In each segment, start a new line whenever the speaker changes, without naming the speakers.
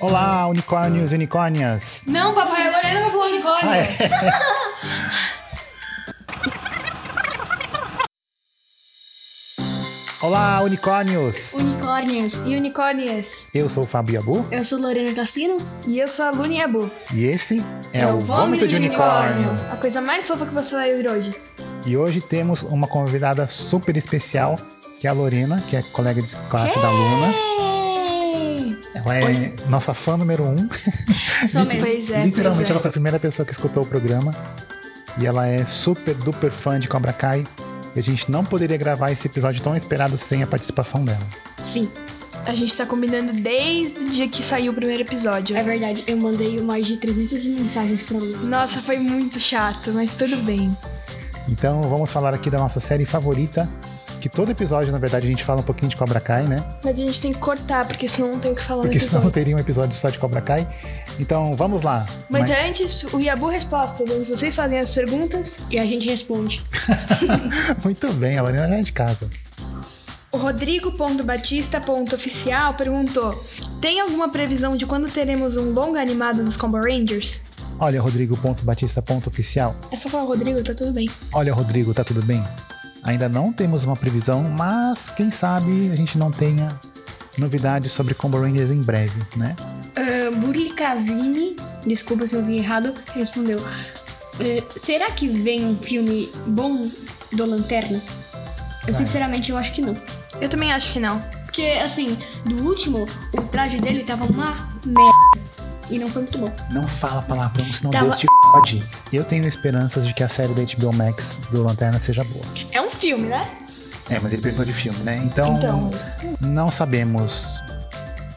Olá, unicórnios e unicórnias.
Não, papai, agora ele não falou unicórnio.
Ah, é. Olá, unicórnios.
Unicórnios e unicórnias.
Eu sou o Fábio Yabu
Eu sou Lorena Castino. E eu sou a Luni Abu.
e esse é, o Vômito de unicórnio.
A coisa mais fofa que você vai ouvir hoje.
E hoje temos uma convidada super especial, que é a Lorena, que é colega de classe da Luna. Ela é nossa fã número um.
Sou
Liter-
mesmo. Pois é,
Literalmente,
pois é.
ela foi a primeira pessoa que escutou o programa. E ela é super duper fã de Cobra Kai. E a gente não poderia gravar esse episódio tão esperado sem a participação dela.
Sim.
é.
A gente tá combinando desde o dia que saiu o primeiro episódio.
É verdade, eu mandei mais de 300 mensagens pra Luna.
Nossa, foi muito chato, mas tudo bem.
Então vamos falar aqui da nossa série favorita. Que todo episódio, na verdade, a gente fala um pouquinho de Cobra Kai, né?
Mas a gente tem que cortar, porque senão não tem o que falar no
Porque senão
episódio.
teria um episódio só de Cobra Kai. Então vamos lá.
Mas antes, o Yabu Respostas, onde vocês fazem as perguntas,
E a gente responde.
Muito bem, a Lorena já é de casa.
o Rodrigo.batista.oficial perguntou: Tem alguma previsão de quando teremos um longa animado dos Combo Rangers?
Olha, Rodrigo.batista.oficial.
É só falar o Rodrigo, tá tudo bem.
Olha, Rodrigo, tá tudo bem? Ainda não temos uma previsão, mas quem sabe a gente não tenha novidades sobre Combo Rangers em breve, né?
Uh, Burli Cavini, desculpa se eu vi errado, respondeu. "Eh, será que vem um filme bom do Lanterna?
Vai.
Eu sinceramente eu acho que não.
Eu também acho que não.
Porque, assim, do último, o traje dele tava uma merda. E não foi muito bom.
Não fala palavrão, senão
Tava-
Deus te fode. Eu tenho esperanças de que a série da HBO Max do Lanterna seja boa.
É um filme, né?
É, mas ele perguntou de filme, né? Então,
Então.
não sabemos.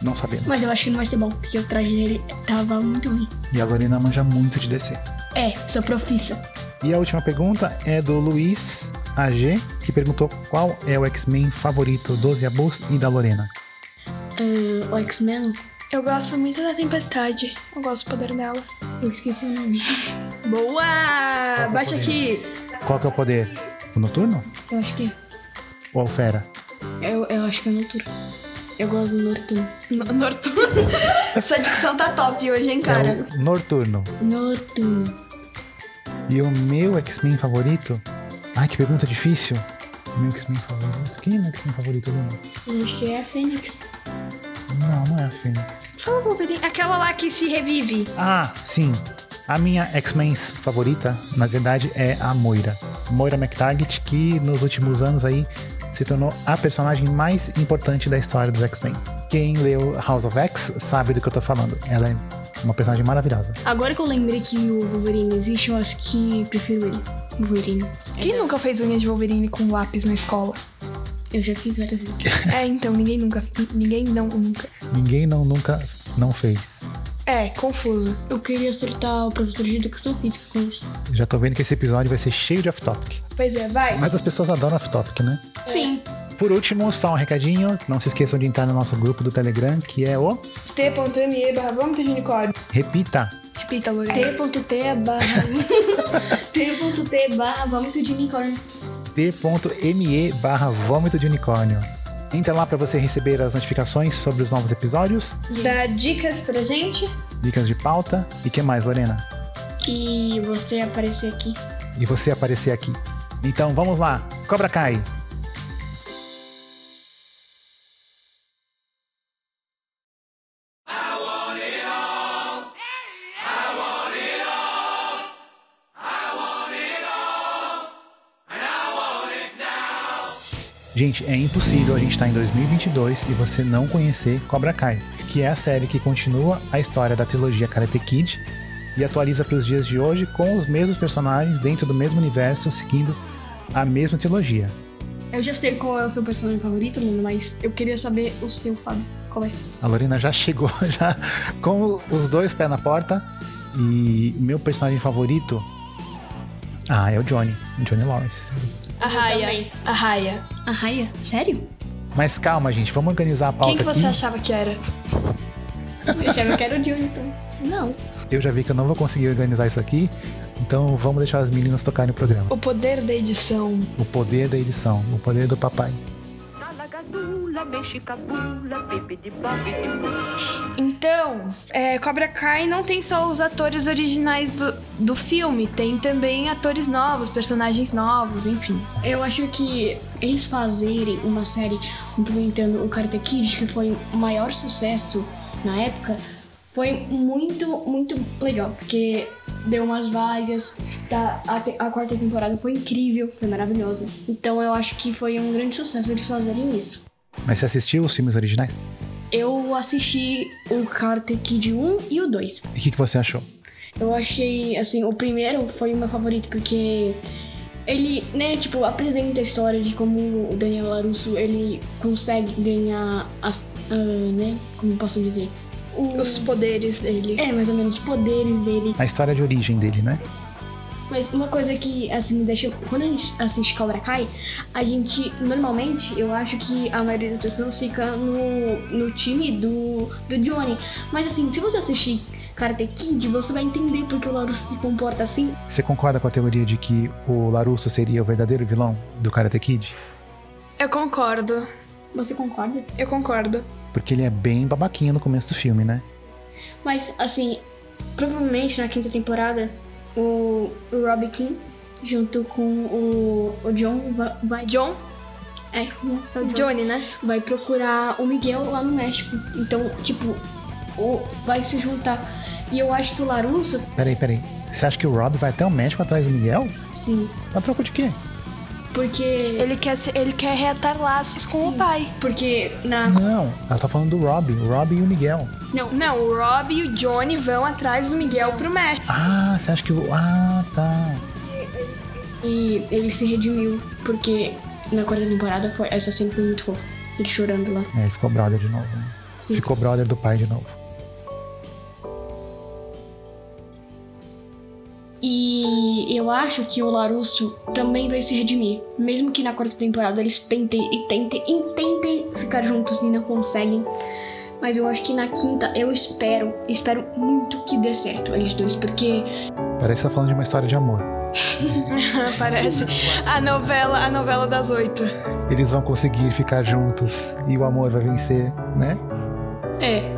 Não sabemos.
Mas eu acho que não vai ser bom, porque o traje dele tava muito ruim.
E a Lorena manja muito de descer.
É, sou profissa.
E a última pergunta é do Luiz AG, que perguntou qual é o X-Men favorito dos Yabus e da Lorena.
Ah, o X-Men,
Eu gosto muito da Tempestade. Eu gosto do poder dela.
eu esqueci o nome. Ah,
Boa!
Qual
Bate
que é o
aqui!
Qual que é o poder? O noturno?
Eu acho que.
Ou o fera?
Eu, eu acho que é o Noturno. Eu gosto do Noturno.
No- Nortu. Essa dicção tá top hoje, hein, cara?
É o noturno.
Noturno.
E o meu X-Men favorito? Ai, que pergunta difícil. Meu X-Men favorito? Quem é meu X-Men favorito, Luna?
Eu acho que é a Fênix.
Não, não é a Fênix.
Fala, Wolverine. Aquela lá que se revive.
Ah, sim. A minha X-Men favorita, na verdade, é a Moira. Moira McTarget, que nos últimos anos aí se tornou a personagem mais importante da história dos X-Men. Quem leu House of X sabe do que eu tô falando. Ela é uma personagem maravilhosa.
Agora que eu lembrei que o Wolverine existe, eu acho que prefiro ele. Wolverine.
Quem nunca fez unha de Wolverine com lápis na escola?
Eu já fiz várias vezes.
É, então, ninguém nunca. Ninguém não nunca.
Ninguém não nunca não fez.
É, confuso.
Eu queria acertar o professor de educação física com isso.
Eu já tô vendo que esse episódio vai ser cheio de off-topic.
Pois é, vai.
Mas as pessoas adoram off-topic, né?
Sim.
Por último, só um recadinho. Não se esqueçam de entrar no nosso grupo do Telegram, que é o...
T.me barra vômito de unicórnio.
Repita!
Repita, Lorena.
T.T barra. T.T barra vômito de unicórnio.
t.me barra vômito de unicórnio. Entra lá para você receber as notificações sobre os novos episódios,
Dá dicas pra gente?
dicas de pauta e que mais, Lorena?
E você aparecer aqui.
E você aparecer aqui. Então vamos lá, Cobra Kai! Gente, é impossível a gente estar em 2022 e você não conhecer Cobra Kai, que é a série que continua a história da trilogia Karate Kid e atualiza para os dias de hoje com os mesmos personagens dentro do mesmo universo, seguindo a mesma trilogia.
Eu já sei qual é o seu personagem favorito, Luna, mas eu queria saber o seu, Fábio. Qual é?
A Lorena já chegou já com os dois pés na porta e meu personagem favorito ah, é o Johnny, o Johnny Lawrence.
A
também.
Raia. A Raia.
A Raia? Sério?
Mas calma, gente, vamos organizar a pauta
Quem que você
aqui.
achava que era?
Eu já não quero o Johnny, então. Não.
Eu já vi que eu não vou conseguir organizar isso aqui, então vamos deixar as meninas tocarem o programa.
O poder da edição.
O poder da edição, o poder do papai.
Salagazu, la mexica pula, pipi de papi de pula.
Então, é, Cobra Kai não tem só os atores originais do, do filme, tem também atores novos, personagens novos, enfim.
Eu acho que eles fazerem uma série implementando o Karate Kid, que foi o maior sucesso na época, foi muito, muito legal, porque deu umas vagas, tá? a, te- a quarta temporada foi incrível, foi maravilhosa. Então eu acho que foi um grande sucesso eles fazerem isso.
Mas você assistiu os filmes originais?
Eu assisti o Karate Kid 1 e o 2.
E o que, que você achou?
Eu achei, assim, o primeiro foi o meu favorito, porque ele, né, tipo, apresenta a história de como o Daniel LaRusso, ele consegue ganhar, as, ah, né, como eu posso dizer? O-
Os poderes dele.
É, mais ou menos, os poderes dele.
A história de origem dele, né?
Mas uma coisa que, assim, deixa... Quando a gente assiste Cobra Kai, a gente, normalmente, eu acho que a maioria das pessoas fica no, no time do, do Johnny. Mas, assim, se você assistir Karate Kid, você vai entender porque o Larusso se comporta assim.
Você concorda com a teoria de que o Larusso seria o verdadeiro vilão do Karate Kid?
Eu concordo,
Você concorda?
eu concordo.
Porque ele é bem babaquinho no começo do filme, né?
Mas, assim, provavelmente na quinta temporada, o, o Robbie King, junto com o, o John, va- vai...
John?
É, é o John.
Johnny, né?
vai procurar o Miguel lá no México. Então, tipo, o, vai se juntar. E eu acho que o Larusso,
Peraí, peraí. Você acha que o Rob vai até o México atrás do Miguel?
sim,
A troco de quê?
porque
Ele quer, se- ele quer reatar laços com o
Sim.
pai.
porque na
Não, ela tá falando do Rob. O Rob e o Miguel.
Não, o Rob e o Johnny vão atrás do Miguel pro México.
Ah, você acha que o. Ah, tá.
e ele se redimiu porque na quarta temporada foi essa cena foi muito fofa. Ele chorando lá.
É, ele ficou brother de novo. né?
Sim.
Ficou brother do pai de novo.
E eu acho que o Larusso também vai se redimir. Mesmo que na quarta temporada eles tentem e tentem e tentem ficar juntos e não conseguem. Mas eu acho que na quinta eu espero, espero muito que dê certo eles dois, porque
Parece que tá falando de uma história de amor.
Parece a novela, a novela das oito.
Eles vão conseguir ficar juntos e o amor vai vencer, né?
é,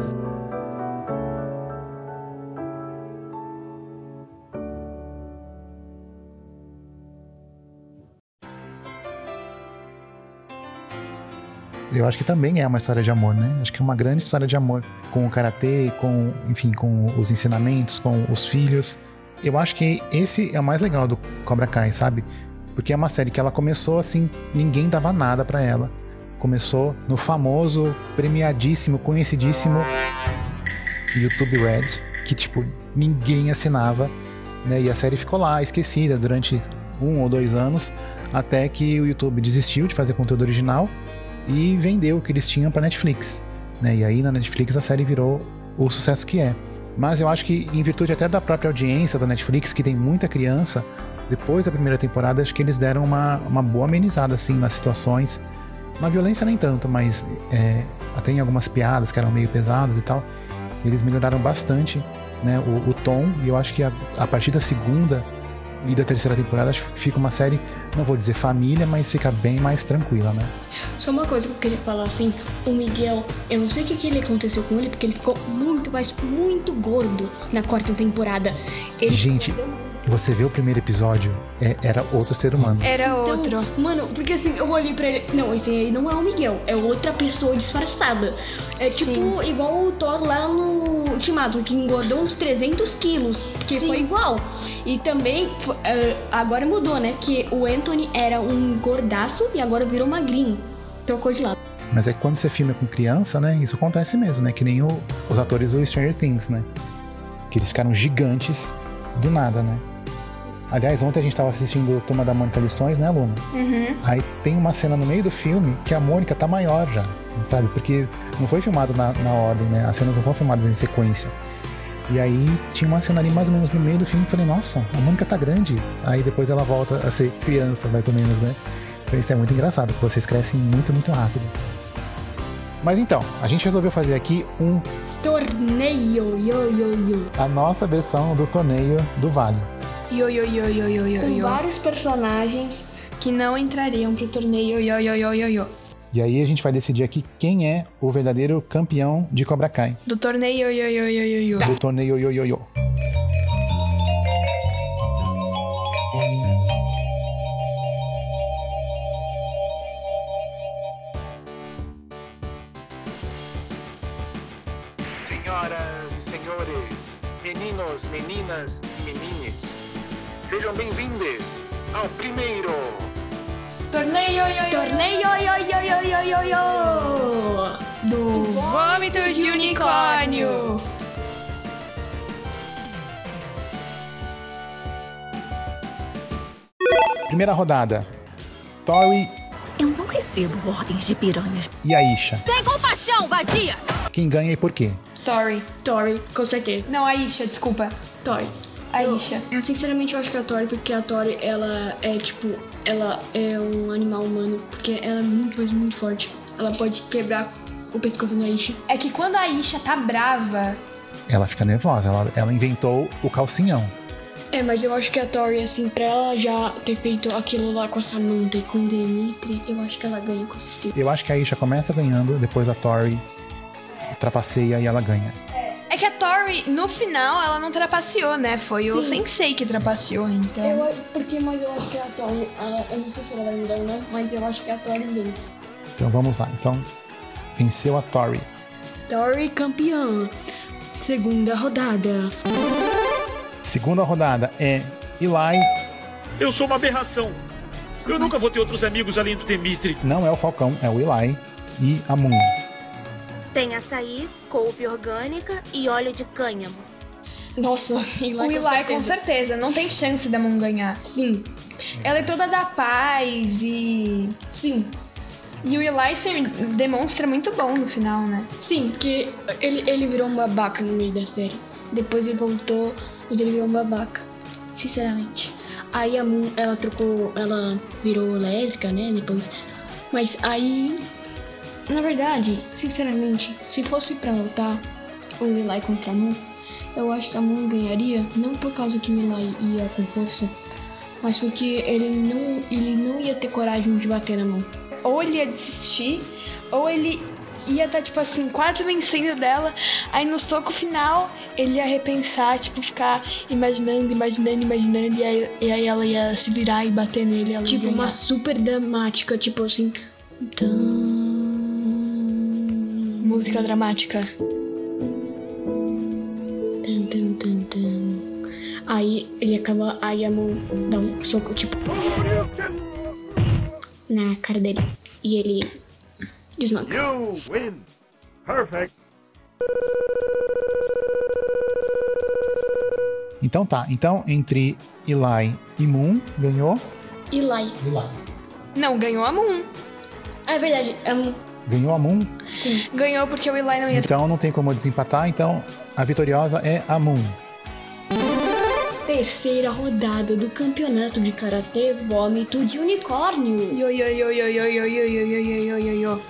Eu acho que também é uma história de amor, né? Acho que é uma grande história de amor com o karatê, com, enfim, com os ensinamentos, com os filhos. Eu acho que esse é o mais legal do Cobra Kai, sabe? Porque é uma série que ela começou assim, ninguém dava nada pra ela. Começou no famoso, premiadíssimo, conhecidíssimo YouTube Red, que tipo ninguém assinava, né? E a série ficou lá esquecida durante um ou dois anos, até que o YouTube desistiu de fazer conteúdo original e vendeu o que eles tinham para Netflix. Né? E aí na Netflix a série virou o sucesso que é. Mas eu acho que em virtude até da própria audiência da Netflix, que tem muita criança, depois da primeira temporada acho que eles deram uma, uma boa amenizada assim nas situações. Na violência nem tanto, mas é, até em algumas piadas que eram meio pesadas e tal, eles melhoraram bastante né, o, o tom. E eu acho que a, a partir da segunda e da terceira temporada acho que fica uma série, não vou dizer família, mas fica bem mais tranquila, né?
Só uma coisa que eu queria falar assim, o Miguel, eu não sei o que, que ele aconteceu com ele, porque ele ficou muito, mas muito gordo na quarta temporada. Ele
Gente, você vê o primeiro episódio, é- era outro ser humano.
Era
Então,
outro.
Mano, porque assim, eu olhei pra ele. Não, esse aí não é o Miguel, é outra pessoa disfarçada. É tipo igual o Thor lá no Ultimato, que engordou uns 300 quilos, que
Sim.
foi igual. E também, fo- eh, agora mudou, né? Que o Anthony era um gordaço e agora virou magrinho. Trocou de lado.
Mas é que quando você filma com criança, né? Isso acontece mesmo, né? Que nem o- os atores do Stranger Things, né? Que eles ficaram gigantes do nada, né? Aliás, ontem a gente tava assistindo Turma da Mônica Lições, né, Luna?
Uhum.
Aí tem uma cena no meio do filme que a Mônica tá maior já, sabe? Porque não foi filmado na, na ordem, né? As cenas não são filmadas em sequência. E aí tinha uma cena ali mais ou menos no meio do filme, eu falei, nossa, a Mônica tá grande. Aí depois ela volta a ser criança, mais ou menos, né? Então isso é muito engraçado, porque vocês crescem muito, muito rápido. Mas então, a gente resolveu fazer aqui um
Torneio, yo, yo, yo.
a nossa versão do torneio do Vale.
Yo, yo, yo, yo, yo, yo,
Com
yo.
vários personagens.
Que não entrariam pro torneio yo, yo, yo, yo, yo.
E aí a gente vai decidir aqui quem é o verdadeiro campeão de Cobra Kai.
Do torneio, yo, yo, yo, yo, yo.
Do torneio yo, yo, yo.
Senhoras e senhores, meninos, meninas e menines, sejam bem-vindos ao primeiro
Torneio, yo, yo,
Torneio yo, yo, yo, yo, yo, yo, yo. Do
Vômitos de unicórnio.
Primeira rodada. Tori
Eu não recebo ordens de piranhas.
e Aisha.
Tem compaixão, vadia!
Quem ganha e por quê?
Tori.
Tori, com certeza.
Não, Aisha, desculpa.
Tori.
Aisha.
Eu sinceramente eu acho que a Tori, porque a Tori, ela é tipo, ela é um animal humano, porque ela é muito, mas muito forte. Ela pode quebrar o pescoço da Aisha.
É que quando a Aisha tá brava,
Ela fica nervosa, ela, ela inventou o calcinhão.
É, mas eu acho que a Tori, assim, pra ela já ter feito aquilo lá com a Samantha e com o Demitri, eu acho que ela ganha com certeza.
Eu acho que a Aisha começa ganhando, depois a Tori trapaceia e ela ganha.
é que a Tori, no final, ela não trapaceou, né? Foi o
Sim.
Sensei que trapaceou, então.
Eu, a- porque, mas eu acho que a Tori, ela- eu não sei se ela vai mudar ou não, mas eu acho que a Tori vence.
Então vamos lá. Então venceu a Tori.
Tori campeã. Segunda rodada.
Segunda rodada é Eli,
Eu sou uma aberração. Eu nunca vou ter outros amigos além do Demitri.
não é o Falcão, é o Eli e a Moon.
Tem açaí, couve orgânica e óleo de cânhamo.
Nossa, Eli,
O Eli, com certeza, não tem chance da Moon ganhar.
Sim,
Ela é toda da paz e.
sim,
E o Eli se demonstra muito bom no final, né?
sim, que ele, ele virou um babaca no meio da série. Depois ele voltou, mas ele virou um babaca. Sinceramente. Aí a Moon, ela trocou, ela virou lésbica, né? Depois. Mas aí. Na verdade, sinceramente, se fosse pra voltar o Eli contra a Moon, eu acho que a Moon ganharia, não por causa que o Eli ia com força, mas porque ele não, ele não ia ter coragem de bater na Moon.
Ou ele ia desistir, ou ele ia estar, tipo assim, quase vencendo dela. Aí no soco final, ele ia repensar, tipo, ficar imaginando, imaginando, imaginando. E aí, e aí ela ia se virar e bater nele. Ela ia
Tipo,
ganhar.
uma super dramática, tipo assim. Tum,
música dramática.
tum, tum, tum, tum. Aí ele acaba, aí a mão dá um soco, tipo. Na cara dele. E ele desmanca.
You win! Perfect!
Então tá, então entre Eli e Moon ganhou.
Eli.
Eli.
Não, ganhou a Moon.
Ah, é verdade. É um...
Ganhou a Moon,
Ganhou porque o Eli não ia
então não tem como desempatar, então a vitoriosa é a Moon.
Terceira rodada do campeonato de karatê vômito de unicórnio.
Yo, yo, yo, yo, yo, yo, yo, yo, yo, yo, yo, yo, yo.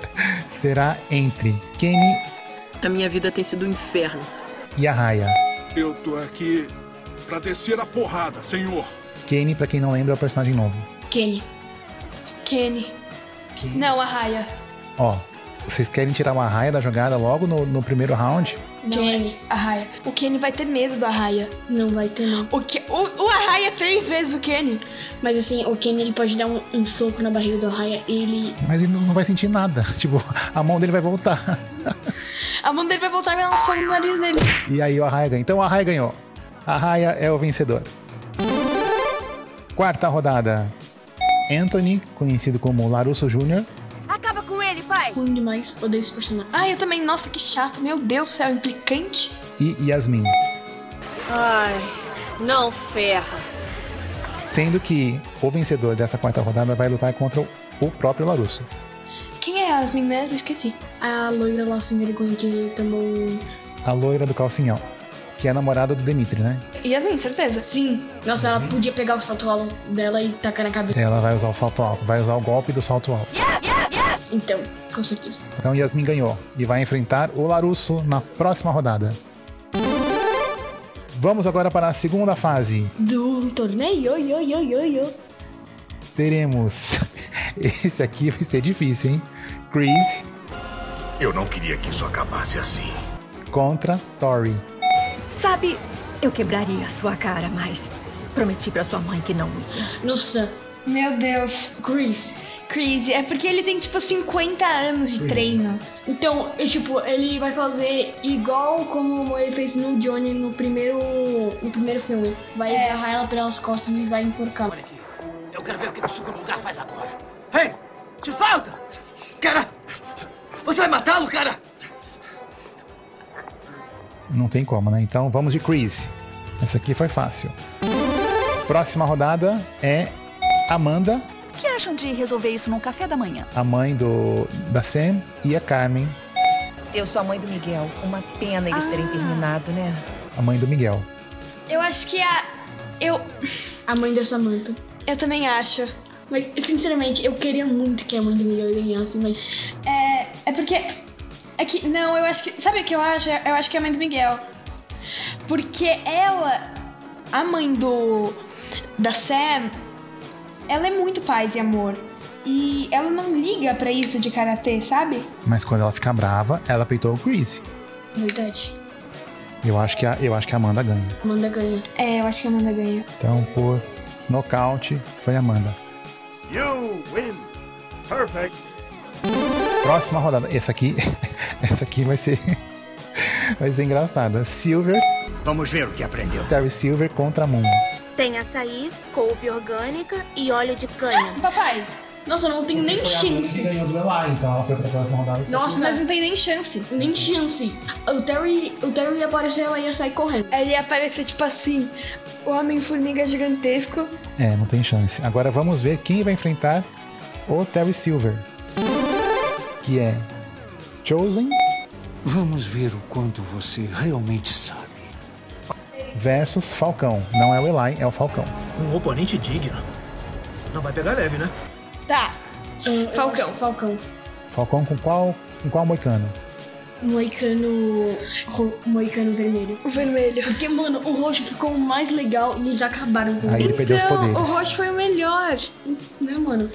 Será entre Kenny
A minha vida tem sido um inferno.
e a Raya.
Eu tô aqui pra descer a porrada, senhor.
Kenny, pra quem não lembra, é o personagem novo.
Kenny.
Kenny. Não, a Raya.
Ó, vocês querem tirar uma raia da jogada logo no, no primeiro round?
Kenny.
A Raya. O Kenny vai ter medo do Arraia.
Não vai ter não.
O, que... o, o Arraia é três vezes o Kenny.
Mas assim, o Kenny ele pode dar um, um soco na barriga do Raya e ele
Mas ele não vai sentir nada. Tipo, a mão dele vai voltar.
A mão dele vai voltar e vai dar um soco no nariz dele.
E aí o Arraia ganha. Então o Arraia ganhou. A Arraia é o vencedor. Quarta rodada. Anthony, conhecido como Larusso Jr.,
Acaba com ele, pai!
é ruim demais, odeio esse personagem.
Ai, Ah, eu também. Nossa, que chato. Meu Deus do céu, implicante.
e Yasmin.
Ai, não ferra.
Sendo que o vencedor dessa quarta rodada vai lutar contra o próprio Larusso.
Quem é as meninas? Eu esqueci.
A loira lá sem vergonha que tomou. um-
A loira do calcinhão, que é a namorada do Dimitri, né?
Yasmin, certeza. Sim.
Nossa, ela podia pegar o salto alto dela e tacar na cabeça.
Ela vai usar o salto alto, vai usar o golpe do salto alto.
Então, com certeza.
Então Yasmin ganhou e vai enfrentar o Larusso na próxima rodada. Vamos agora para a segunda fase.
Do torneio, yo, yo, yo, yo.
Teremos. Esse aqui vai ser difícil, hein? Grease
Eu não queria que isso acabasse assim.
contra Tori.
Sabe, eu quebraria a sua cara, mas prometi pra sua mãe que não ia.
Nossa,
Meu Deus.
Chris.
Crazy. É porque ele tem, tipo, 50 anos de treino.
Então, é tipo, ele vai fazer igual como ele fez no Johnny no primeiro, no primeiro filme. Vai agarrar ela pelas costas e vai enforcar.
Eu quero ver o que esse segundo lugar faz agora. Hein? Te falta! Cara! Você vai matá-lo, cara?
Não tem como, né? Então vamos de Chris. Essa aqui foi fácil. Próxima rodada é Amanda,
O que acham de resolver isso num café da manhã?
a mãe do da Sam, e a Carmen,
Eu sou a mãe do Miguel. Uma pena eles
Ah.
terem terminado, né?
a mãe do Miguel.
Eu acho que a. Eu.
A mãe da Samantha.
Eu também acho.
Mas, sinceramente, eu queria muito que a mãe do Miguel ganhasse, mas
É. É porque. É que. Não, eu acho que. Sabe o que eu acho? Eu acho que é a mãe do Miguel. Porque ela. A mãe do. Da Sam. Ela é muito paz e amor. E ela não liga pra isso de karatê, sabe?
Mas quando ela fica brava, ela peitou o Chris.
verdade.
Eu acho que a, eu acho que a Amanda ganha.
Amanda ganha.
É, eu acho que a Amanda ganha.
Então, por nocaute, foi a Amanda.
You win. Perfect.
Próxima rodada. Essa aqui. Essa aqui vai ser. Vai ser engraçada. Silver,
Vamos ver o que aprendeu.
Terry Silver contra Moon.
Tem açaí, couve orgânica e óleo de cana.
Papai,
Nossa, não tem nem chance.
ganhou do Eli, então ela foi pra próxima rodada.
Nossa,
mas não tem nem chance.
nem chance. O Terry, o Terry ia aparecer, ela ia sair correndo.
Aí Ele aparece tipo assim. O Homem-Formiga gigantesco.
É, não tem chance. Agora vamos ver quem vai enfrentar o Terry Silver. Que é Chosen
Vamos ver o quanto você realmente sabe.
versus Falcão. Não é o Eli, é o Falcão.
Um oponente digno. Não vai pegar leve, né?
Tá.
Eu- eu-
Falcão.
É, Falcão.
Falcão com qual, com qual moicano?
Moicano. ro- Moicano vermelho.
O vermelho.
Porque, mano, o roxo ficou o mais legal e eles acabaram com
Aí
ele.
ele perdeu os
Não,
poderes.
O roxo foi o melhor.
Né, mano?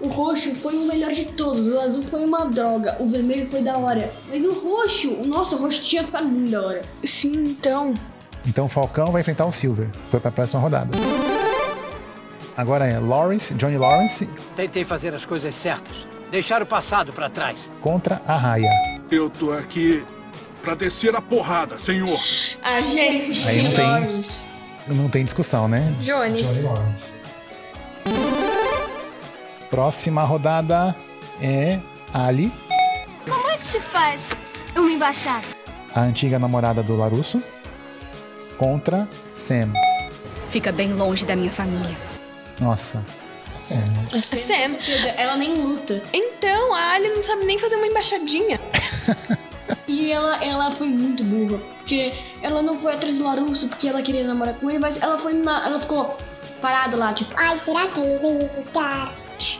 O roxo foi o melhor de todos. O azul foi uma droga. O vermelho foi da hora. Mas o roxo, nossa, o roxo tinha ficado muito da hora.
Sim, então.
Então o Falcão vai enfrentar o Silver. Foi pra próxima rodada. Agora é Lawrence, Johnny Lawrence
Tentei fazer as coisas certas. Deixar o passado pra trás.
contra a Raya.
Eu tô aqui pra descer a porrada, senhor.
Ah, gente.
Aí não tem,
Lawrence.
não tem discussão, né?
Johnny.
Lawrence. Próxima rodada é Ali,
Como é que se faz uma embaixada?
a antiga namorada do Larusso, contra Sam.
Fica bem longe da minha família.
Nossa. Sam.
A Sam,
Sam.
com certeza, Ela nem luta.
Então, a Ali não sabe nem fazer uma embaixadinha.
E ela, ela foi muito burra. Porque ela não foi atrás do Larusso porque ela queria namorar com ele, mas ela foi na. Ela ficou parada lá, tipo. Ai, será que ele vem me buscar?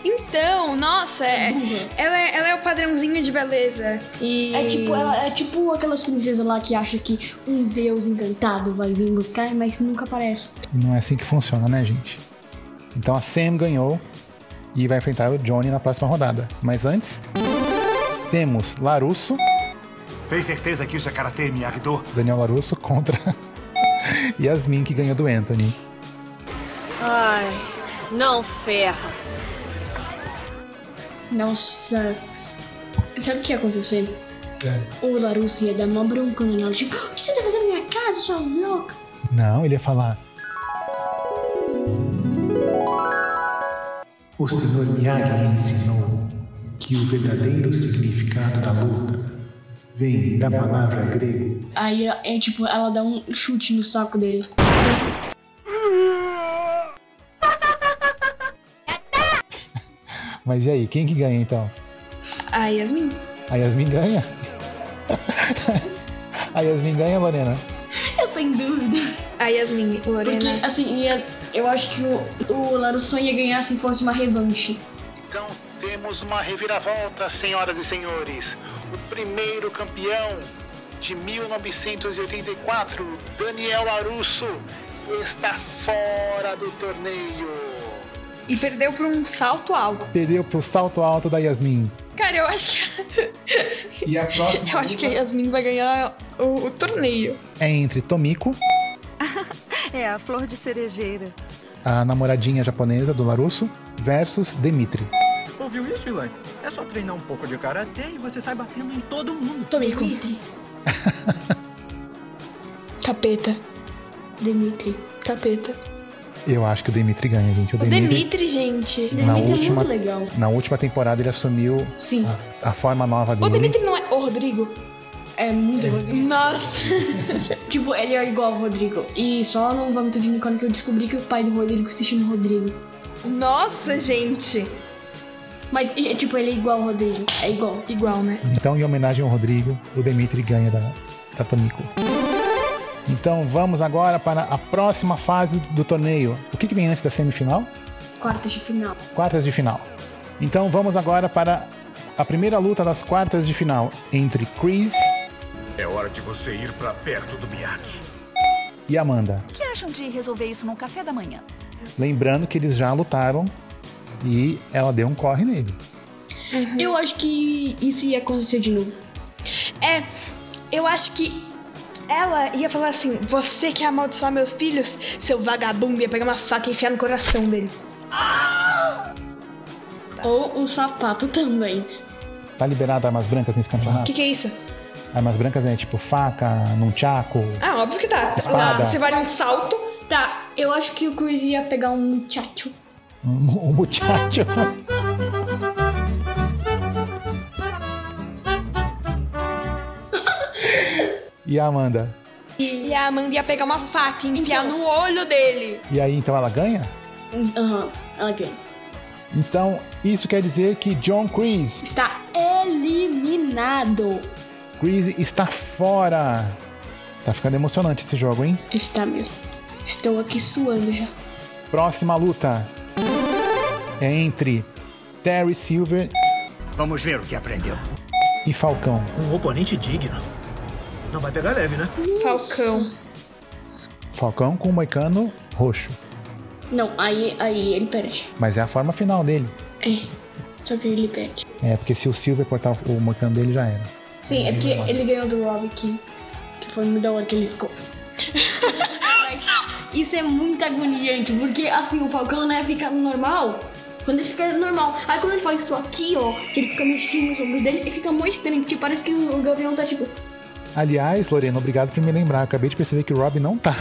Então, nossa, é- ela, é, ela é o padrãozinho de beleza. E.
É tipo, ela, é tipo aquelas princesas lá que acham que um deus encantado vai vir buscar, mas nunca aparece.
E não é assim que funciona, né, gente? Então a Sam ganhou e vai enfrentar o Johnny na próxima rodada. Mas antes, temos Larusso,
Tem certeza que isso é karatê, Miyagi-Do?
Daniel Larusso, contra Yasmin, que ganhou do Anthony.
Ai, não ferra.
Nossa. Sabe o que ia acontecer? O Larusso ia dar uma bronca nela, tipo, o que você tá fazendo na minha casa, sua louca?
Não, ele ia falar.
O senhor Miyagi me ensinou que o verdadeiro significado da luta vem da palavra grego.
Aí, é, tipo, ela dá um chute no saco dele.
Mas e aí, quem que ganha então?
A Yasmin.
A Yasmin ganha? a Yasmin ganha, Lorena?
Eu tô em dúvida.
A Yasmin,
Porque,
Lorena.
assim, ia- eu acho que o, o Larusso ia ganhar se fosse uma revanche.
Então temos uma reviravolta, senhoras e senhores. O primeiro campeão de 1984, Daniel Arusso, está fora do torneio.
E perdeu por um salto alto.
Perdeu pro salto alto da Yasmin.
Cara, eu acho que.
E a próxima.
Eu acho que a Yasmin vai ganhar o, o torneio.
É entre Tomiko.
é a flor de cerejeira.
A namoradinha japonesa do Larusso versus Dimitri.
Ouviu isso, Ilan? É só treinar um pouco de karatê e você sai batendo em todo mundo.
Tomiko. Capeta. Dimitri. Capeta.
Eu acho que o Dimitri ganha, gente. O Dimitri,
o Dimitri gente.
Na
Dimitri
última,
é muito legal.
Na última temporada ele assumiu
Sim.
A, a forma nova dele.
O Dimitri não é o Rodrigo?
É muito é. Rodrigo.
Nossa!
tipo, ele é igual ao Rodrigo. E só no vômito de unicórnio que eu descobri que o pai do Rodrigo se chama Rodrigo.
Nossa, gente!
Mas, e, tipo, ele é igual ao Rodrigo. É igual.
Igual, né?
Então, em homenagem ao Rodrigo, o Dimitri ganha da, da Tomiko. Então vamos agora para a próxima fase do torneio. O que, que, vem antes da semifinal?
Quartas de final.
Quartas de final. Então vamos agora para a primeira luta das quartas de final entre Chris.
É hora de você ir para perto do Miyagi.
E Amanda.
O que acham de resolver isso num café da manhã?
Lembrando que eles já lutaram e ela deu um corre nele.
Uhum. Eu acho que isso ia acontecer de novo.
É, eu acho que ela ia falar assim: Você quer amaldiçoar meus filhos? Seu vagabundo ia pegar uma faca e enfiar no coração dele.
Ah! Tá. Ou um sapato também.
Tá liberado armas brancas nesse campeonato? O
que, que é isso?
Armas brancas é tipo faca, nunchaku.
Ah, óbvio que tá.
Espada.
Você vale um salto.
Tá, eu acho que o Chris ia pegar um muchacho.
Um muchacho? E a Amanda?
E a Amanda ia pegar uma faca e enfiar então, no olho dele.
E aí, então ela ganha?
Aham, uhum, ela ganha.
Então, isso quer dizer que John Chris
está eliminado.
Chris está fora. Tá ficando emocionante esse jogo, hein?
Está mesmo. Estou aqui suando já.
Próxima luta é entre Terry Silver.
Vamos ver o que aprendeu.
E Falcão.
Um oponente digno. Não vai pegar leve, né?
Falcão.
Falcão com o moicano roxo.
Não, aí, aí ele perde.
Mas é a forma final dele.
É. Só que ele perde.
É, porque se o Silver cortar o moicano dele, já era.
Sim, é porque ele ganhou do Rob King. Que foi muito da hora que ele ficou. Isso é muito agoniante, porque assim, o Falcão, né, fica normal. Quando ele fica normal. Aí quando ele faz isso aqui, ó, que ele fica mexendo nos ombros dele, e fica muito estranho, porque parece que o Gavião tá tipo.
Aliás, Lorena, obrigado por me lembrar. Eu acabei de perceber que o Rob não tá.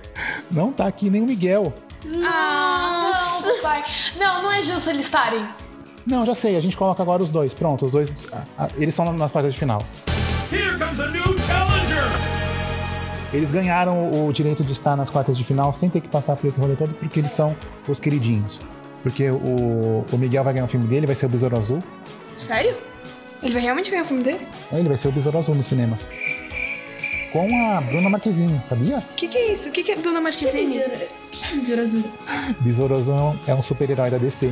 Não tá aqui, nem o Miguel.
Nossa. Não, pai. Não, não é justo eles estarem.
Não, já sei. A gente coloca agora os dois. Pronto, os dois. Eles são nas quartas de final.
Here comes a new challenger.
Eles ganharam o direito de estar nas quartas de final sem ter que passar por esse rolê todo, porque eles são os queridinhos. Porque o, o Miguel vai ganhar o filme dele, vai ser o Besouro Azul.
Sério? Ele vai realmente ganhar o filme dele?
Ele vai ser o Besouro Azul nos cinemas. Com a Bruna Marquezine, sabia?
O que, que é isso? O que, que é Bruna Marquezine?
Besouro Assim, Azul.
Besouro Azul é um super-herói da DC.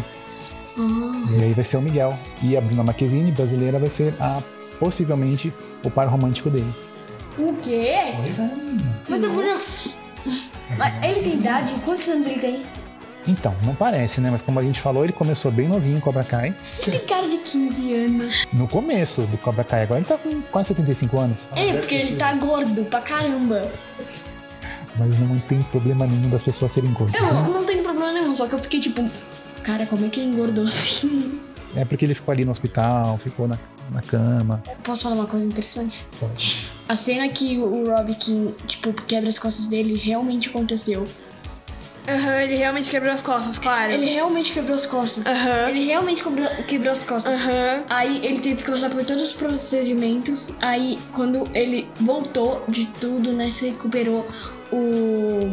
Oh.
E aí vai ser o Miguel. E a Bruna Marquezine, brasileira, vai ser a, possivelmente o par romântico dele.
O quê?
Pois é.
Mas eu podia... Mas ele tem idade? Quantos anos ele tem?
Então, não parece, né? Mas como a gente falou, ele começou bem novinho em Cobra Kai.
Ele cara de 15 anos.
No começo do Cobra Kai, agora ele tá com quase 75 anos.
É, porque ele tá gordo pra caramba.
Mas não tem problema nenhum das pessoas serem gordas.
Eu né? não tenho problema nenhum, só que eu fiquei tipo, cara, como é que ele engordou assim?
É porque ele ficou ali no hospital, ficou na, na cama.
Posso falar uma coisa interessante?
Pode.
A cena que o Rob King, tipo, quebra as costas dele realmente aconteceu.
Aham, uhum, ele realmente quebrou as costas, claro.
Ele realmente quebrou as costas.
Uhum.
Ele realmente quebrou, quebrou as costas.
Uhum.
Aí ele teve que passar por todos os procedimentos. Aí, quando ele voltou de tudo, né, se recuperou, o.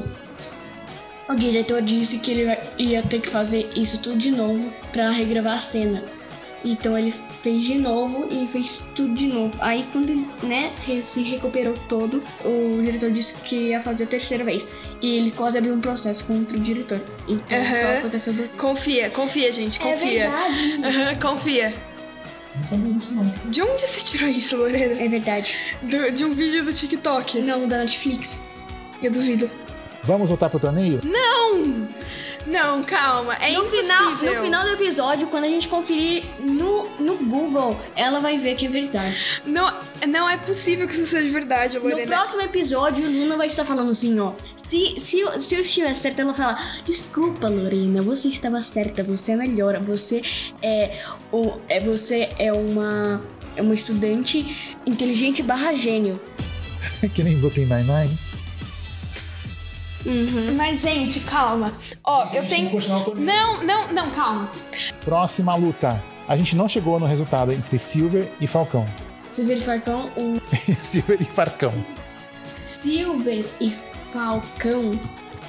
O diretor disse que ele ia ter que fazer isso tudo de novo pra regravar a cena. Então ele fez de novo e fez tudo de novo. Aí quando né, se recuperou todo, o diretor disse que ia fazer a terceira vez. E ele quase abriu um processo contra o diretor. Então uhum. só aconteceu do...
Confia, confia, gente, confia.
É verdade.
Uhum, confia.
Não sabia disso, não.
De onde você tirou isso, Lorena?
É verdade.
Do, de um vídeo do TikTok?
Não, da Netflix.
Eu duvido.
Vamos voltar pro torneio?
Não! Não, calma. É
no
impossível.
Final, no final do episódio, quando a gente conferir no, no Google, ela vai ver que é verdade.
Não, não é possível que isso seja verdade, Lorena.
No próximo episódio, Luna vai estar falando assim, ó. Se, se, eu- se eu estiver certa, ela fala: Desculpa, Lorena, você estava certa, você é melhor, você é, o, é, você é uma, é uma estudante inteligente barra gênio.
que nem Brooklyn Nine-Nine.
Mas, gente, calma. Ó, eu tenho. Não, não, não, calma.
Próxima luta. A gente não chegou no resultado entre Silver e Falcão.
Silver e Falcão, o
Silver e Farcão.
Silver e Falcão.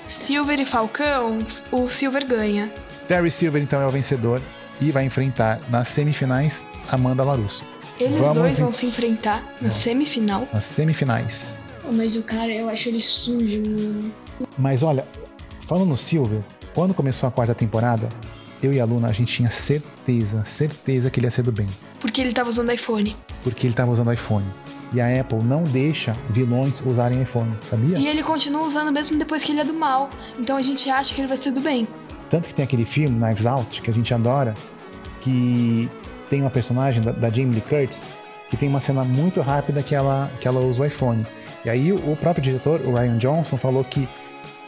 Silver e Falcão, o Silver ganha.
Terry Silver, então, é o vencedor e vai enfrentar nas semifinais Amanda Larusso.
Eles
Vamos
dois
em-
vão se enfrentar na semifinal.
Nas semifinais.
"Oh, Mas o cara, eu acho ele sujo, mano.
Mas olha, falando no Silver, quando começou a quarta temporada, eu e a Luna, a gente tinha certeza, certeza que ele ia ser do bem.
Porque ele tava usando iPhone.
Porque ele tava usando iPhone. E a Apple não deixa vilões usarem iPhone, sabia?
E ele continua usando mesmo depois que ele é do mal. Então a gente acha que ele vai ser do bem.
Tanto que tem aquele filme, Knives Out, que a gente adora, que tem uma personagem da, da Jamie Lee Curtis que tem uma cena muito rápida que ela, que ela usa o iPhone. E aí o o próprio diretor, o Ryan Johnson, falou que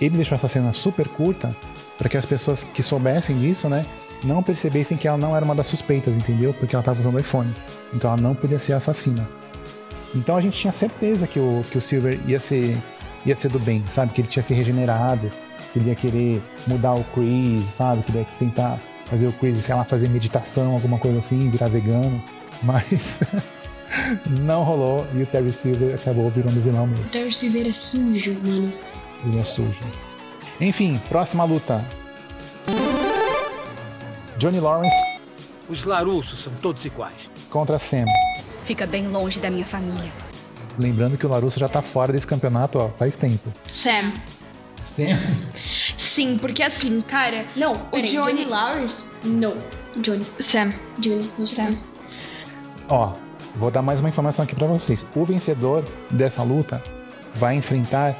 ele deixou essa cena super curta para que as pessoas que soubessem disso, né, não percebessem que ela não era uma das suspeitas, entendeu? Porque ela estava usando o iPhone. Então ela não podia ser assassina. Então a gente tinha certeza que o, que o Silver ia ser, ia ser do bem, sabe? Que ele tinha se regenerado, que ele ia querer mudar o Chris, sabe? Que ele ia tentar fazer o Chris, sei lá, fazer meditação, alguma coisa assim, virar vegano. Mas não rolou e o Terry Silver acabou virando vilão mesmo.
O Terry Silver é sujo, mano.
Ele é sujo. Enfim, próxima luta. Johnny Lawrence
Os larussos são todos iguais.
contra Sam.
Fica bem longe da minha família.
Lembrando que o Larusso já tá fora desse campeonato, ó, faz tempo.
Sam.
Sam?
Sim, porque assim, cara.
Não,
o
peraí,
Johnny.
Johnny Lawrence? Não. Johnny.
Sam.
Johnny. Sam.
Ó, vou dar mais uma informação aqui pra vocês. O vencedor dessa luta vai enfrentar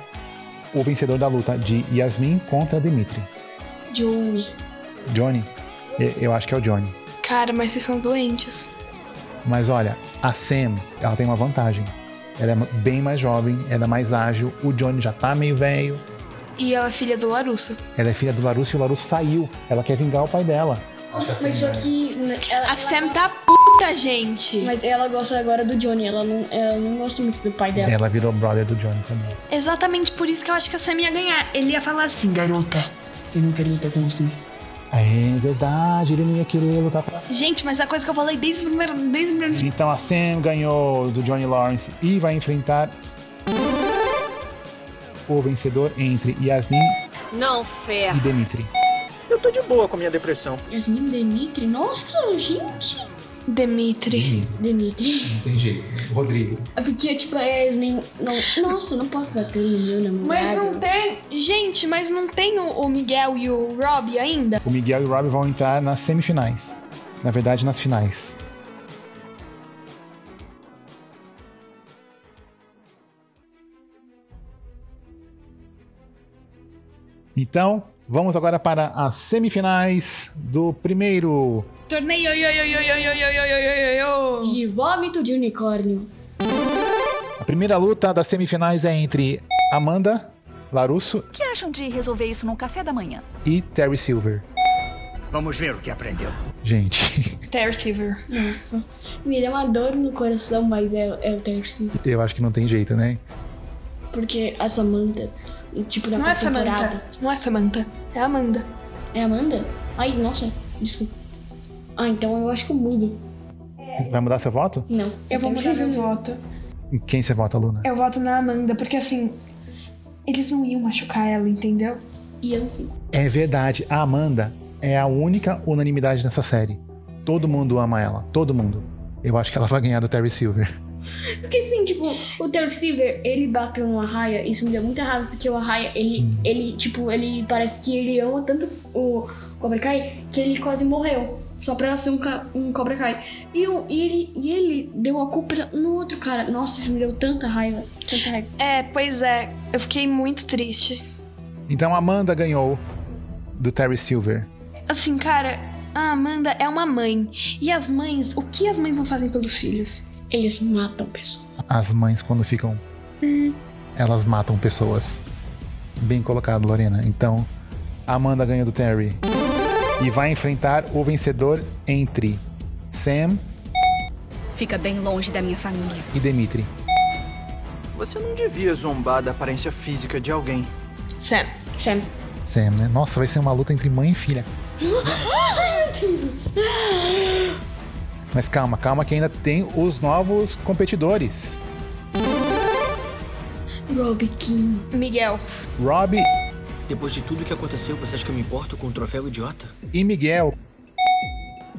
o vencedor da luta de Yasmin contra Dimitri.
Johnny.
Johnny? E- Eu acho que é o Johnny.
Cara, mas vocês são doentes.
Mas olha, a Sam, ela tem uma vantagem. Ela é bem mais jovem, ela é mais ágil, o Johnny já tá meio velho,
E ela é filha do Larusso.
ela é filha do Larusso e o Larusso saiu. Ela quer vingar o pai dela.
Mas só que. é né, Ela,
A Sam tá puta, gente.
Mas ela gosta agora do Johnny. Ela não, ela não gosta muito do pai dela.
Ela virou brother do Johnny também.
Exatamente por isso que eu acho que a Sam ia ganhar. Ele ia falar assim, garota. Eu não quero lutar com você.
É verdade, ele não ia querer lutar pra
Gente, mas a coisa que eu falei desde o primeiro. Desde o primeiro...
Então a Sam ganhou do Johnny Lawrence e vai enfrentar o vencedor entre Yasmin
Não
e
ferra.
Demitri.
Eu tô de boa com minha depressão.
Yasmin Demitri? É assim, Nossa, gente!
Demitri.
Demitri.
Não tem jeito. Rodrigo.
É Porque, tipo, a Yasmin. Não, nossa, eu não posso bater no meu namorado.
Mas não tem. Gente, mas não tem o, o Miguel e o Rob ainda?
O Miguel e o Rob vão entrar nas semifinais. Na verdade, nas finais. Então, vamos agora para as semifinais do primeiro
Torneio, yo, yo, yo, yo, yo, yo, yo, yo, yo, yo.
De vômito de unicórnio.
A primeira luta das semifinais é entre Amanda Larusso
O que acham de resolver isso num café da manhã?
e Terry Silver.
Vamos ver o que aprendeu.
Gente,
Terry Silver.
Nossa. Me deu uma dor no coração, mas é, é o Terry Silver.
eu acho que não tem jeito, né?
Porque a Samantha, tipo, na
Não é
temporada.
Samantha. Não é Samantha. É Amanda.
É Amanda? Ai, nossa, desculpa. Ah, então eu acho que eu mudo.
Vai mudar seu voto?
Não. então
Eu vou mudar meu voto.
Em Quem você vota, Luna?
Eu voto na Amanda, porque assim. Eles não iam machucar ela, entendeu?
E eu sim.
É verdade, a Amanda é a única unanimidade nessa série. Todo mundo ama ela, todo mundo. Eu acho que ela vai ganhar do Terry Silver.
Porque assim, tipo, o Terry Silver, ele bateu no Arraia, isso me deu muita raiva, porque o Arraia, ele, ele, tipo, ele parece que ele ama tanto o Cobra Kai que ele quase morreu. Só pra ser um, ca- um Cobra Kai. E, o, e, ele, e ele deu a culpa no outro cara. Nossa, isso me deu tanta raiva. Tanta raiva.
É, pois é. Eu fiquei muito triste.
Então a Amanda ganhou do Terry Silver?
Assim, cara, a Amanda é uma mãe. E as mães, o que as mães não fazem pelos filhos? Eles matam pessoas.
As mães, quando ficam. Hum. Elas matam pessoas. Bem colocado, Lorena. Então, a Amanda ganha do Terry. E vai enfrentar o vencedor entre Sam.
Fica bem longe da minha família.
E Dimitri.
Você não devia zombar da aparência física de alguém.
Sam. Sam.
Sam, né? Nossa, vai ser uma luta entre mãe e filha. Mas calma, calma que ainda tem os novos competidores.
Rob Kim.
Miguel.
Rob.
Depois de tudo que aconteceu, você acha que eu me importo com o um troféu idiota?
E Miguel.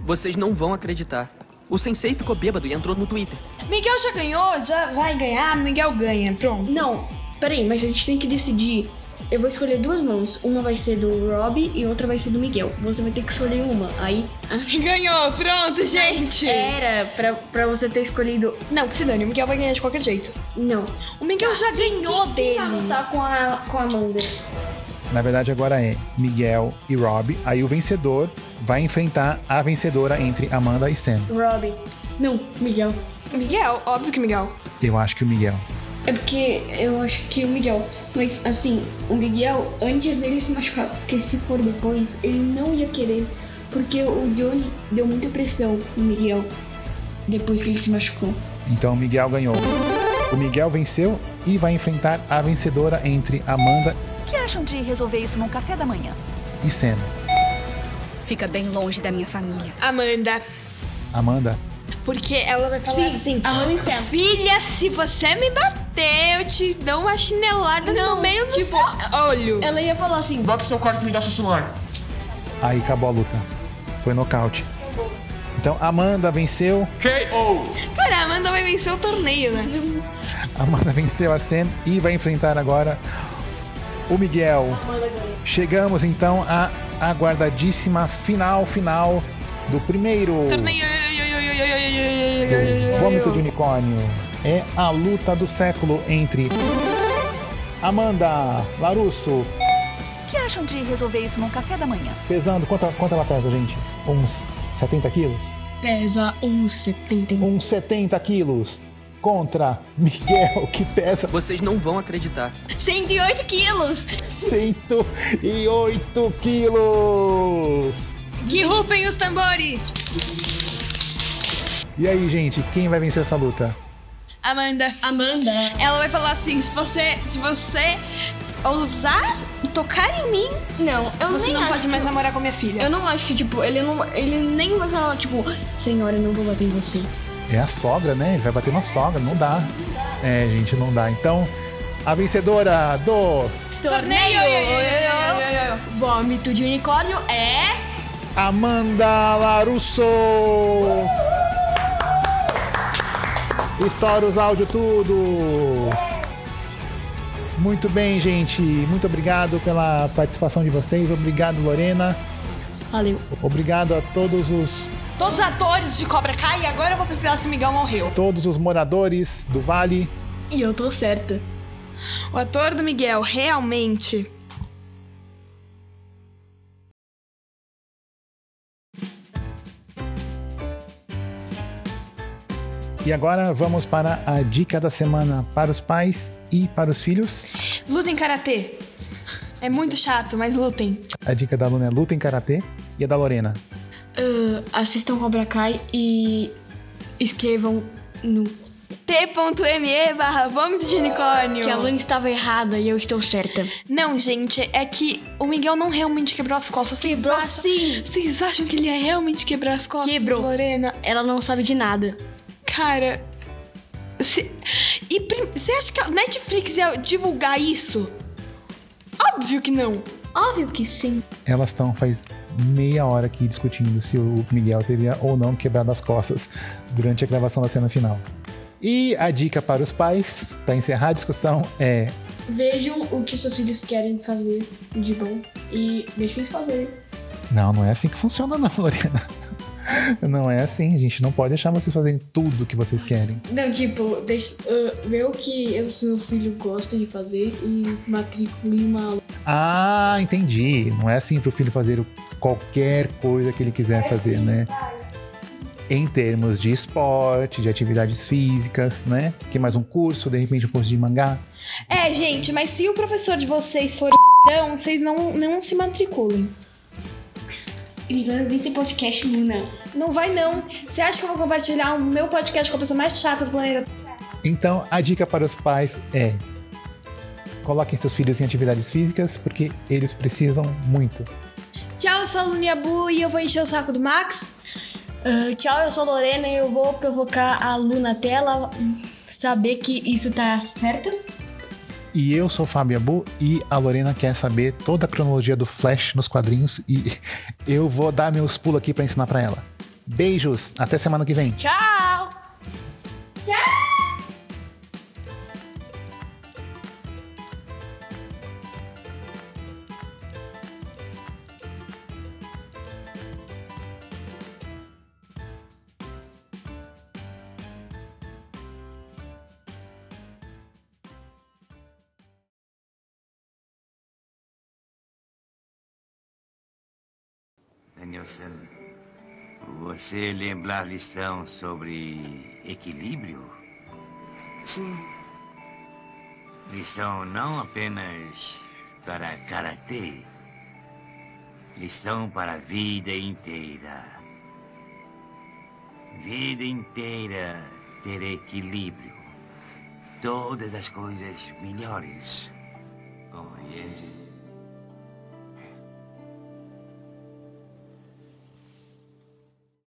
Vocês não vão acreditar. O sensei ficou bêbado e entrou no Twitter.
Miguel já ganhou, já vai ganhar, Miguel ganha, pronto.
Não, peraí, mas a gente tem que decidir. Eu vou escolher duas mãos. Uma vai ser do Rob e outra vai ser do Miguel. Você vai ter que escolher uma. Aí.
Ah, Ganhou, pronto, gente!
Era pra, pra você ter escolhido.
Não, que se dane, o Miguel vai ganhar de qualquer jeito.
Não.
O Miguel já ganhou
Quem
dele.
Vai lutar com a, com a Amanda.
Na verdade, agora é Miguel e Rob. Aí o vencedor vai enfrentar a vencedora entre Amanda e Sam.
Rob. Não, Miguel.
Miguel? Óbvio que Miguel.
Eu acho que o Miguel.
É porque eu acho que o Miguel. Mas assim, o Miguel, antes dele se machucar, porque se for depois, ele não ia querer. Porque o Johnny deu muita pressão no Miguel depois que ele se machucou.
Então o Miguel ganhou. O Miguel venceu e vai enfrentar a vencedora entre Amanda.
O que acham de resolver isso num café da manhã?
E Sam.
Fica bem longe da minha família.
Amanda.
Amanda.
Porque ela vai falar
Sim,
assim:
Amanda e Sam.
Filha, se você me bater, eu te dou uma chinelada
Não,
no meio do
tipo,
seu é olho.
Ela ia falar assim:
Vai pro seu quarto e me dá seu celular.
Aí acabou a luta. Foi nocaute. Então Amanda venceu.
KO!
Cara, a Amanda vai vencer o torneio, né?
Amanda venceu a Sam e vai enfrentar agora o Miguel. Chegamos então à aguardadíssima final final do primeiro
Torneio.
do Vômito de Unicórnio. É a luta do século entre Amanda Larusso.
O que acham de resolver isso num café da manhã?
Pesando, quanto, quanto ela pesa, gente? Uns 70 quilos?
Pesa 1,70.
Uns 70 quilos contra Miguel, que pesa
Vocês não vão acreditar.
108 quilos!
108 quilos!
Que rufem os tambores!
E aí, gente, quem vai vencer essa luta?
Amanda.
Amanda.
Ela vai falar assim: se você, se você ousar tocar em mim,
Não, eu
você
nem
não
acho
pode
que-
mais namorar com a minha filha.
Eu não acho que, tipo, ele não. Ele nem vai falar, tipo, senhora, eu não vou bater em você.
É a sogra, né? Ele vai bater na sogra, não dá. É, gente, não dá. Então, a vencedora do
Torneio!
Vômito de unicórnio é.
Amanda Larusso! Estoura os áudio tudo! Muito bem, gente. Muito obrigado pela participação de vocês. Obrigado, Lorena.
Valeu.
Obrigado a todos os
Todos os atores de Cobra Kai, e agora eu vou pesquisar se o Miguel morreu.
todos os moradores do Vale.
E eu tô certa.
O ator do Miguel realmente
E agora vamos para a dica da semana para os pais e para os filhos.
luta em karatê. É muito chato, mas lutem.
A dica da Luna é luta em karatê e a da Lorena.
Ah, assistam Cobra Kai e escrevam no.
T.me barra vômito de unicórnio.
Que a Luna estava errada e eu estou certa.
Não, gente, é que o Miguel não realmente quebrou as costas. Vocês
Quebrou
acham-
sim.
Vocês acham que ele ia realmente quebrar as costas?
Quebrou.
Lorena,
Ela não sabe de nada.
cara. cê- E prim- você acha que a Netflix ia divulgar isso? Óbvio que não.
Óbvio que sim.
Elas estão faz meia hora aqui discutindo se o Miguel teria ou não quebrado as costas durante a gravação da cena final. E a dica para os pais, para encerrar a discussão, é
Vejam o que seus filhos querem fazer de bom e deixem eles fazerem.
Não, não é assim que funciona, não, Lorena. Não é assim, gente. Não pode deixar vocês fazerem tudo o que vocês querem.
Não, tipo, deixa, ah, vê o que o seu filho gosta de fazer e matricule uma aula.
Ah, entendi. Não é assim pro filho fazer qualquer coisa que ele quiser fazer, né? Em termos de esporte, de atividades físicas, né? Que mais um curso, de repente um curso de mangá.
É, gente, mas se o professor de vocês for então, vocês não, não se matriculem.
Ele vai ouvir esse podcast, Luna.
Não vai não. Você acha que eu vou compartilhar o meu podcast com a pessoa mais chata do planeta?
Então, a dica para os pais é: coloquem seus filhos em atividades físicas, porque eles precisam muito.
Tchau, eu sou a Lunia Bu e eu vou encher o saco do Max.
Uh, tchau, eu sou a Lorena e eu vou provocar a Lu na tela saber que isso tá certo.
E eu sou Fábio Abu e a Lorena quer saber toda a cronologia do Flash nos quadrinhos e eu vou dar meus pulos aqui para ensinar para ela. Beijos, até semana que vem.
Tchau. Tchau.
Danielson, você lembrar lição sobre equilíbrio?
Sim.
Lição não apenas para karatê, lição para a vida inteira. Vida inteira ter equilíbrio. Todas as coisas melhores. Compreende?